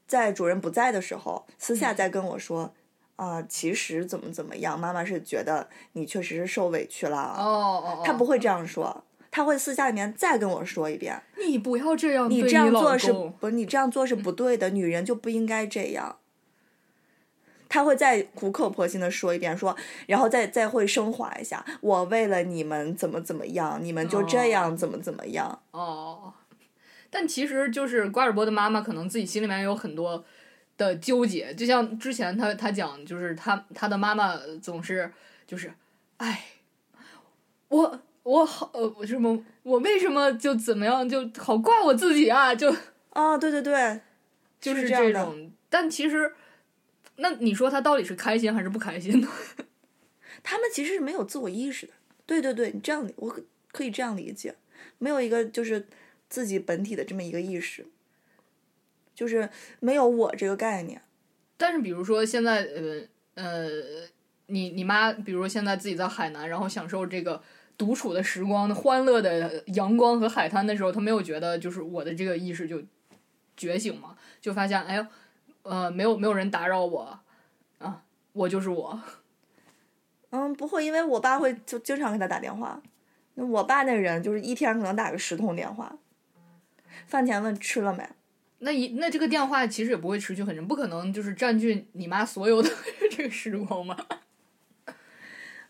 A: 在主人不在的时候私下再跟我说啊、其实怎么怎么样，妈妈是觉得你确实是受委屈
B: 哦
A: 了，
B: 哦哦，
A: 她不会这样说。她会私下里面再跟我说一遍，
B: 你不要这样对
A: 你
B: 老
A: 这样
B: 公，嗯
A: 做是不？你这样做是不对的，女人就不应该这样。她会再苦口婆心的说一遍，说，然后再再会升华一下，我为了你们怎么怎么样，你们就这样怎么怎么样。
B: 哦，但其实就是瓜尔博的妈妈可能自己心里面有很多的纠结，就像之前他他讲，就是他他的妈妈总是就是，哎，我我好呃我什么我为什么就怎么样就好怪我自己啊，就
A: 啊、对对对，
B: 就是
A: 这
B: 这
A: 样的。
B: 种，但其实。那你说他到底是开心还是不开心呢？
A: 他们其实是没有自我意识的。对对对，你这样理我可可以这样理解，没有一个就是自己本体的这么一个意识，就是没有我这个概念。
B: 但是比如说现在呃呃，你你妈，比如现在自己在海南，然后享受这个独处的时光、欢乐的阳光和海滩的时候，她没有觉得就是我的这个意识就觉醒嘛，就发现哎呦，呃，没有没有人打扰我啊，我就是我。
A: 嗯，不会，因为我爸会就经常给他打电话。那我爸那人就是一天可能打个十通电话，饭前问吃了没，
B: 那一那这个电话其实也不会持续很长，不可能就是占据你妈所有的 这个时光吧？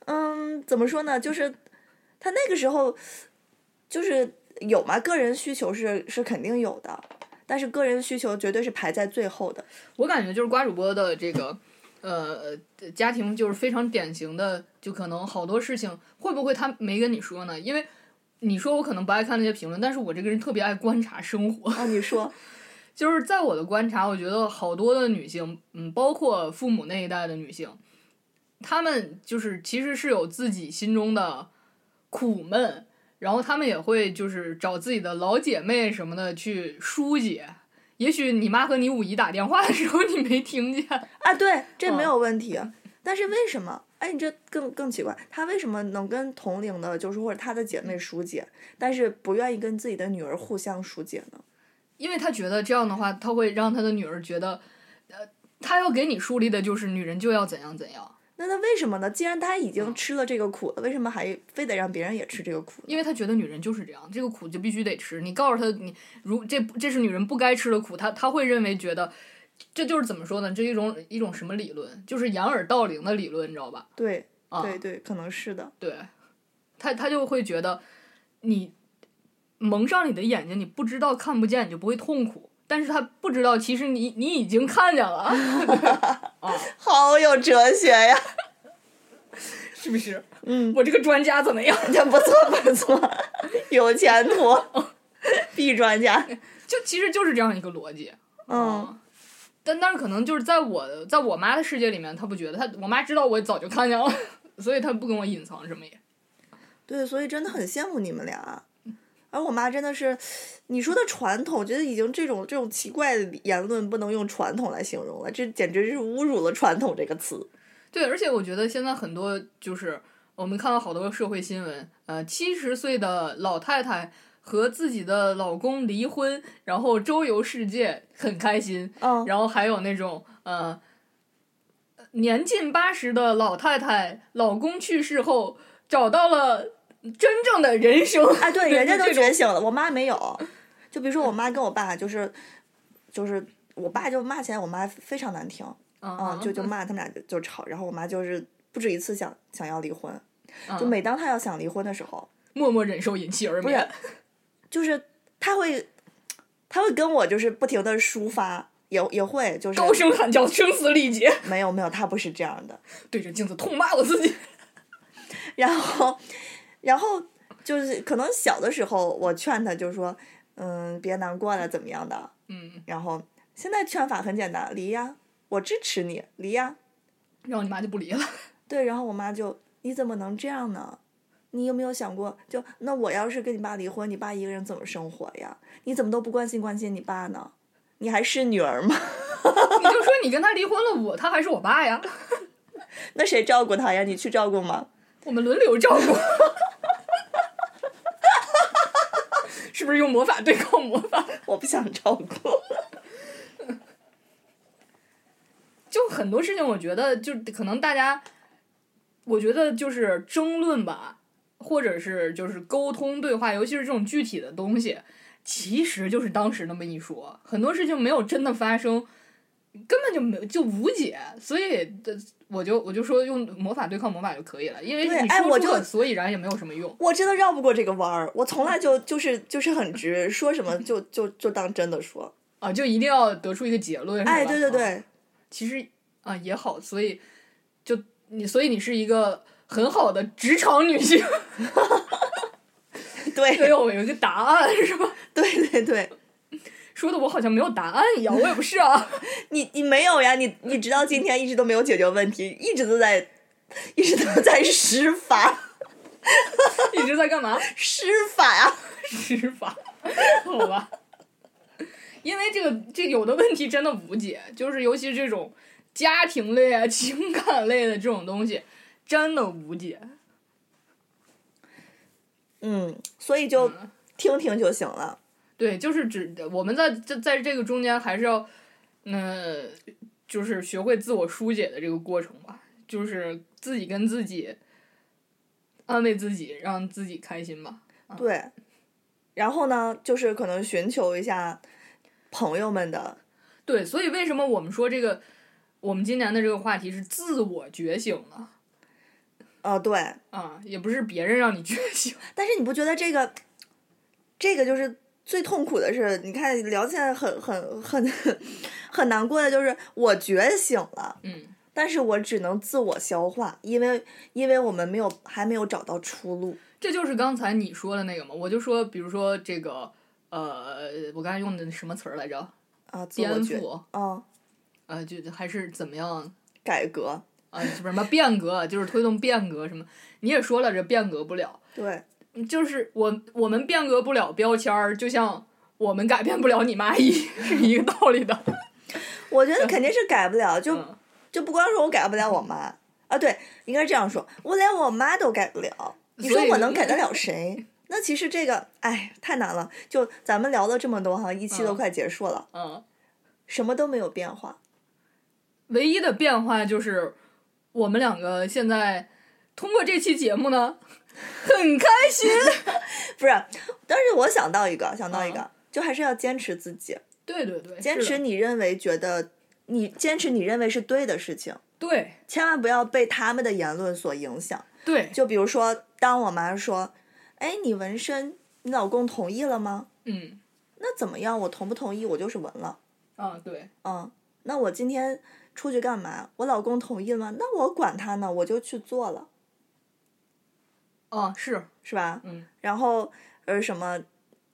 A: 嗯，怎么说呢？就是他那个时候，就是有嘛，个人需求是是肯定有的，但是个人需求绝对是排在最后的。
B: 我感觉就是瓜主播的这个呃家庭就是非常典型的，就可能好多事情会不会他没跟你说呢？因为你说我可能不爱看那些评论，但是我这个人特别爱观察生活，
A: 哦，你说，
B: 就是在我的观察，我觉得好多的女性，嗯，包括父母那一代的女性，她们就是其实是有自己心中的苦闷，然后她们也会就是找自己的老姐妹什么的去疏解。也许你妈和你五姨打电话的时候你没听见，
A: 啊，对，这没有问题。但是为什么？哎，你这更更奇怪，他为什么能跟同龄的，就是或者他的姐妹疏解，但是不愿意跟自己的女儿互相疏解呢？
B: 因为她觉得这样的话，她会让她的女儿觉得，呃，她要给你树立的就是女人就要怎样怎样。
A: 那他为什么呢？既然他已经吃了这个苦了，为什么还非得让别人也吃这个苦呢？
B: 因为他觉得女人就是这样，这个苦就必须得吃。你告诉他，你如这这是女人不该吃的苦，他他会认为觉得，这就是怎么说呢？这一种一种什么理论？就是掩耳盗铃的理论，你知道吧？
A: 对，
B: 啊，
A: 对对，可能是的。
B: 对，他他就会觉得你蒙上你的眼睛，你不知道看不见，你就不会痛苦。但是他不知道，其实你你已经看见了， 啊，
A: 好有哲学呀！
B: 是不是？
A: 嗯，
B: 我这个专家怎么样？
A: 这不错不错，有前途，B 专家。
B: 就其实就是这样一个逻辑。
A: 嗯，
B: 但但是可能就是在我在我妈的世界里面，她不觉得，她我妈知道我早就看见了， 所以她不跟我隐藏什么也。
A: 对，所以真的很羡慕你们俩。啊而我妈真的是，你说的传统，我觉得已经这种这种奇怪的言论不能用传统来形容了，这简直是侮辱了“传统”这个词。
B: 对，而且我觉得现在很多就是我们看到好多社会新闻，呃，七十岁的老太太和自己的老公离婚，然后周游世界，很开心。
A: 嗯，
B: 然后还有那种呃，年近八十的老太太，老公去世后找到了真正的人生。
A: 哎，对，
B: 对
A: 人家
B: 就
A: 都
B: 这
A: 觉醒了，我妈没有。就比如说我妈跟我爸，就是就是我爸就骂起来，我妈非常难听。啊、
B: 啊
A: 就就骂他们俩就就吵，然后我妈就是不止一次想想要离婚，就
B: 嗯
A: 每当她要想离婚的时候，
B: 默默忍受引气而
A: 不是
B: 眠。，
A: 就是她会，她会跟我就是不停的抒发，也也会就是
B: 高声喊叫，声嘶力竭，
A: 没有没有，她不是这样的，
B: 对着镜子痛骂我自己。
A: 然后然后就是可能小的时候我劝她就说，嗯，别难过了，怎么样的，
B: 嗯，
A: 然后现在劝法很简单，离呀，我支持你，离呀，
B: 然后你妈就不 理了。
A: 对，然后我妈就你怎么能这样呢？你有没有想过，就那我要是跟你爸离婚，你爸一个人怎么生活呀？你怎么都不关心关心你爸呢？你还是女儿吗？
B: 你就说你跟他离婚了，我他还是我爸呀，
A: 那谁照顾他呀？你去照顾吗？
B: 我们轮流照顾。是不是用魔法对抗魔法？
A: 我不想照顾。
B: 就很多事情，我觉得就可能大家，我觉得就是争论吧，或者是就是沟通对话，尤其是这种具体的东西，其实就是当时那么一说，很多事情没有真的发生，根本就没有就无解，所以这我就我就说用魔法对抗魔法就可以了，因为
A: 对
B: 你
A: 哎
B: 说
A: 我
B: 出
A: 就
B: 个所以然也没有什么用。
A: 我真的绕不过这个弯儿，我从来就就是就是很直，说什么就就就当真的说。
B: 啊，就一定要得出一个结论，是吧
A: 哎，对对
B: 啊
A: 对，
B: 其实啊也好，所以就你，所以你是一个很好的职场女性，
A: 对
B: 对我有一个答案是吧？
A: 对对对，
B: 说的我好像没有答案一样，我也不是啊。
A: 你你没有呀？你你直到今天一直都没有解决问题，一直都在一直都在施法
B: 一直在干嘛？
A: 施法呀、
B: 施法， 好吧。因为这个这有的问题真的无解，就是尤其这种家庭类啊、情感类的这种东西，真的无解。
A: 嗯，所以就听听就行了。
B: 对，就是指我们在在在这个中间还是要，嗯、就是学会自我疏解的这个过程吧，就是自己跟自己安慰自己，让自己开心吧。
A: 对，然后呢，就是可能寻求一下朋友们的，
B: 对，所以为什么我们说这个，我们今年的这个话题是自我觉醒了
A: 呃，对。
B: 啊，也不是别人让你觉醒。
A: 但是你不觉得这个，这个就是最痛苦的是，你看聊起来很很很 很难过的，就是我觉醒了，
B: 嗯，
A: 但是我只能自我消化，因为因为我们没有还没有找到出路。
B: 这就是刚才你说的那个嘛，我就说，比如说这个，呃，我刚才用的什么词儿来着？
A: 啊，自
B: 颠
A: 我觉，
B: 覆，
A: 嗯，
B: 呃，就还是怎么样
A: 改革，
B: 啊？不是什么变革，啊就是推动变革什么？你也说了，这变革不了，
A: 对，
B: 就是我我们变革不了标签儿，就像我们改变不了你妈一 是一个道理的。
A: 我觉得肯定是改不了，就
B: 嗯，
A: 就不光说我改不了我妈啊，对，应该这样说，我连我妈都改不了，你
B: 所
A: 说
B: 以
A: 我能改得了谁？ 那其实这个，哎，太难了。就咱们聊了这么多哈，一期都
B: 嗯
A: 快结束了，
B: 嗯，
A: 什么都没有变化。
B: 唯一的变化就是我们两个现在通过这期节目呢，很开心。
A: 不是，但是我想到一个，想到一个，就还是要坚持自己，
B: 对对对，
A: 坚
B: 嗯是
A: 持
B: 的
A: 你认为觉得你坚持你认为是对的事情，
B: 对
A: 千万不要被他们的言论所影响。
B: 对，
A: 就比如说，当我妈说：“哎，你纹身，你老公同意了吗？”
B: 嗯
A: 那怎么样？我同不同意？我就是纹了。
B: 啊对，
A: 嗯，那我今天出去干嘛？我老公同意了吗？那我管他呢，我就去做了，
B: 啊是
A: 是吧？
B: 嗯
A: 然后呃什么，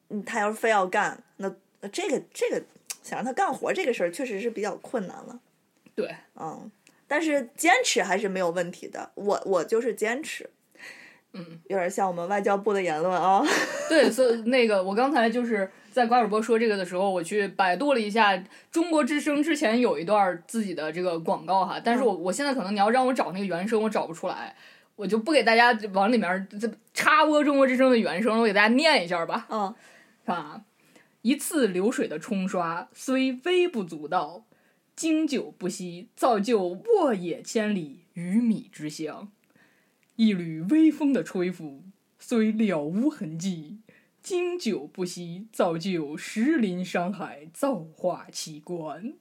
A: 嗯他要是非要干，那那这个这个想让他干活这个事儿确实是比较困难了，
B: 对，
A: 嗯，但是坚持还是没有问题的，我我就是坚持，
B: 嗯
A: 有点像我们外交部的言论啊、
B: 对，所以那个我刚才就是在瓜主播说这个的时候，我去百度了一下中国之声之前有一段自己的这个广告哈，但是我我现在可能你要让我找那个原声，我找不出来。我就不给大家往里面这插播中国之声的原声了，我给大家念一下吧。
A: 嗯，
B: 啊，一次流水的冲刷虽微不足道，经久不息，造就沃野千里、鱼米之乡；一缕微风的吹拂虽了无痕迹，经久不息，造就石林山海、造化奇观。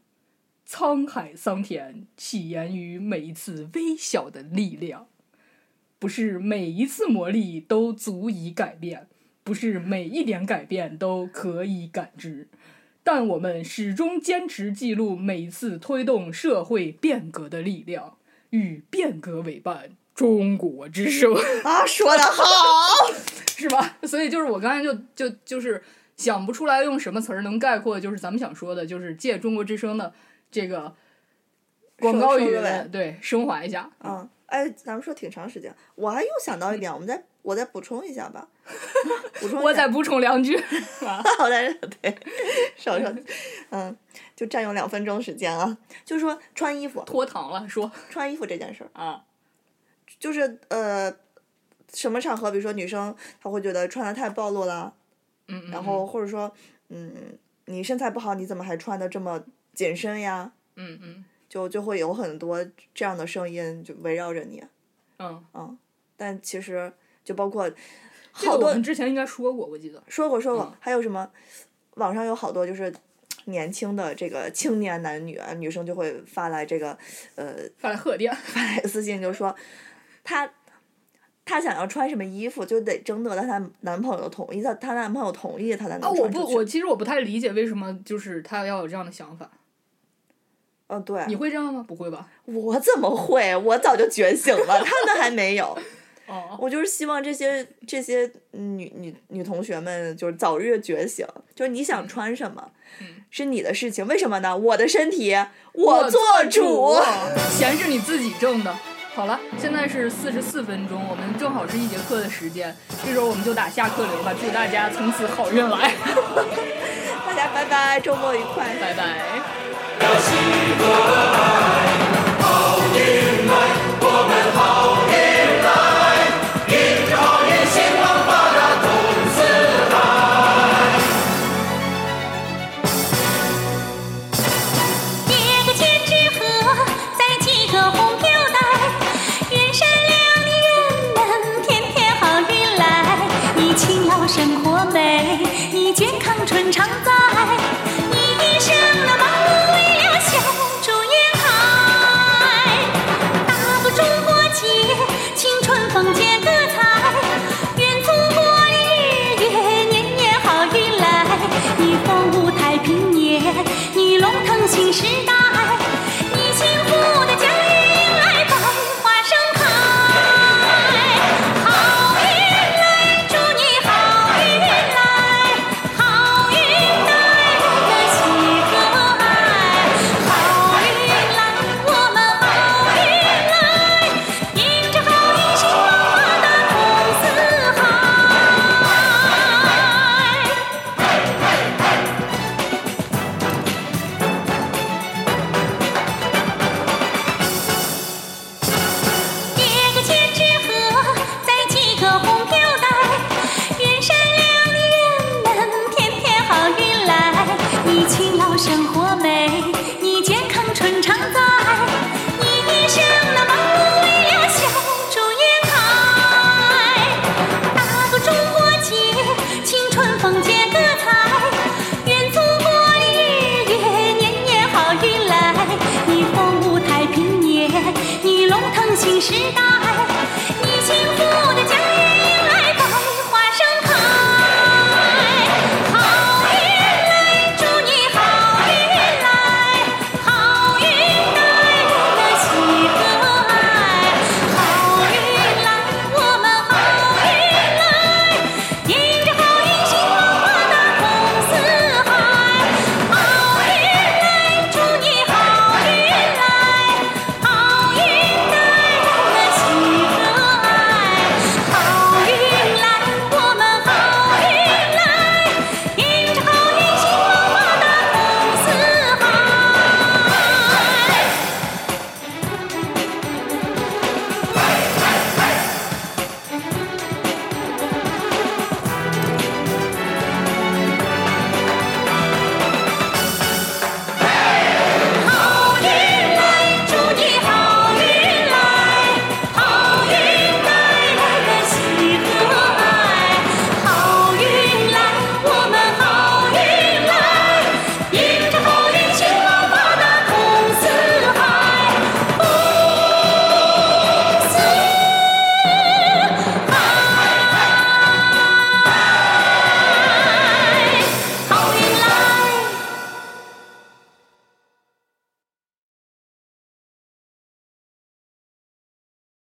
B: 沧海桑田起源于每一次微小的力量，不是每一次磨砺都足以改变，不是每一点改变都可以感知，但我们始终坚持记录每一次推动社会变革的力量，与变革为伴。中国之声
A: 啊，说的好，
B: 是吧？所以就是我刚才就就就是想不出来用什么词儿能概括，就是咱们想说的，就是借中国之声的这个广告
A: 收
B: 语
A: 收着呗，
B: 对升华一下。
A: 嗯，哎，咱们说挺长时间，我还又想到一点，我们再我再补充一下吧， 补充一
B: 我
A: 下
B: 再补充两句，是吧？
A: 我在这 对，少少，嗯，就占用两分钟时间啊。就说穿衣服，
B: 拖堂了，说
A: 穿衣服这件事儿，
B: 啊，
A: 就是呃，什么场合，比如说女生，她会觉得穿的太暴露了，
B: 嗯，嗯
A: 然后或者说，嗯，你身材不好，你怎么还穿的这么紧身呀？
B: 嗯嗯
A: 就就会有很多这样的声音就围绕着你，啊
B: 嗯，
A: 嗯，但其实就包括
B: 这个
A: 好多
B: 我们之前应该说过，我记得。
A: 说过说过
B: 嗯，
A: 还有什么？网上有好多就是年轻的这个青年男女啊，女生就会发来这个呃
B: 发来贺电，
A: 发来私信，就说她她想要穿什么衣服，就得征得她男男朋友同意，她她男朋友同意，她才能
B: 啊，
A: 穿出去。
B: 我不，我其实我不太理解为什么就是他要有这样的想法。
A: 嗯、对
B: 你，会这样吗？不会吧？
A: 我怎么会？我早就觉醒了，他们还没有。
B: 哦，
A: 我就是希望这些这些女女女同学们就是早日觉醒，就是你想穿什么、
B: 嗯
A: 是你的事情，为什么呢？我的身体我做
B: 做
A: 主。哦
B: 钱是你自己挣的。好了，现在是四十四分钟，我们正好是一节课的时间，这时候我们就打下课铃吧。祝大家从此好运来，
A: 大家拜拜，周末愉快。
B: 拜拜。
C: 要幸福爱，一个千纸鹤，载几个红飘带，人善良的人们天天好运来，你勤劳生活美，你健康春常在，你一生的忙碌为了笑逐颜开，大步中国结，青春风见各彩，愿祖国的日月年年好运来，你凤舞太平年，你龙腾新时代。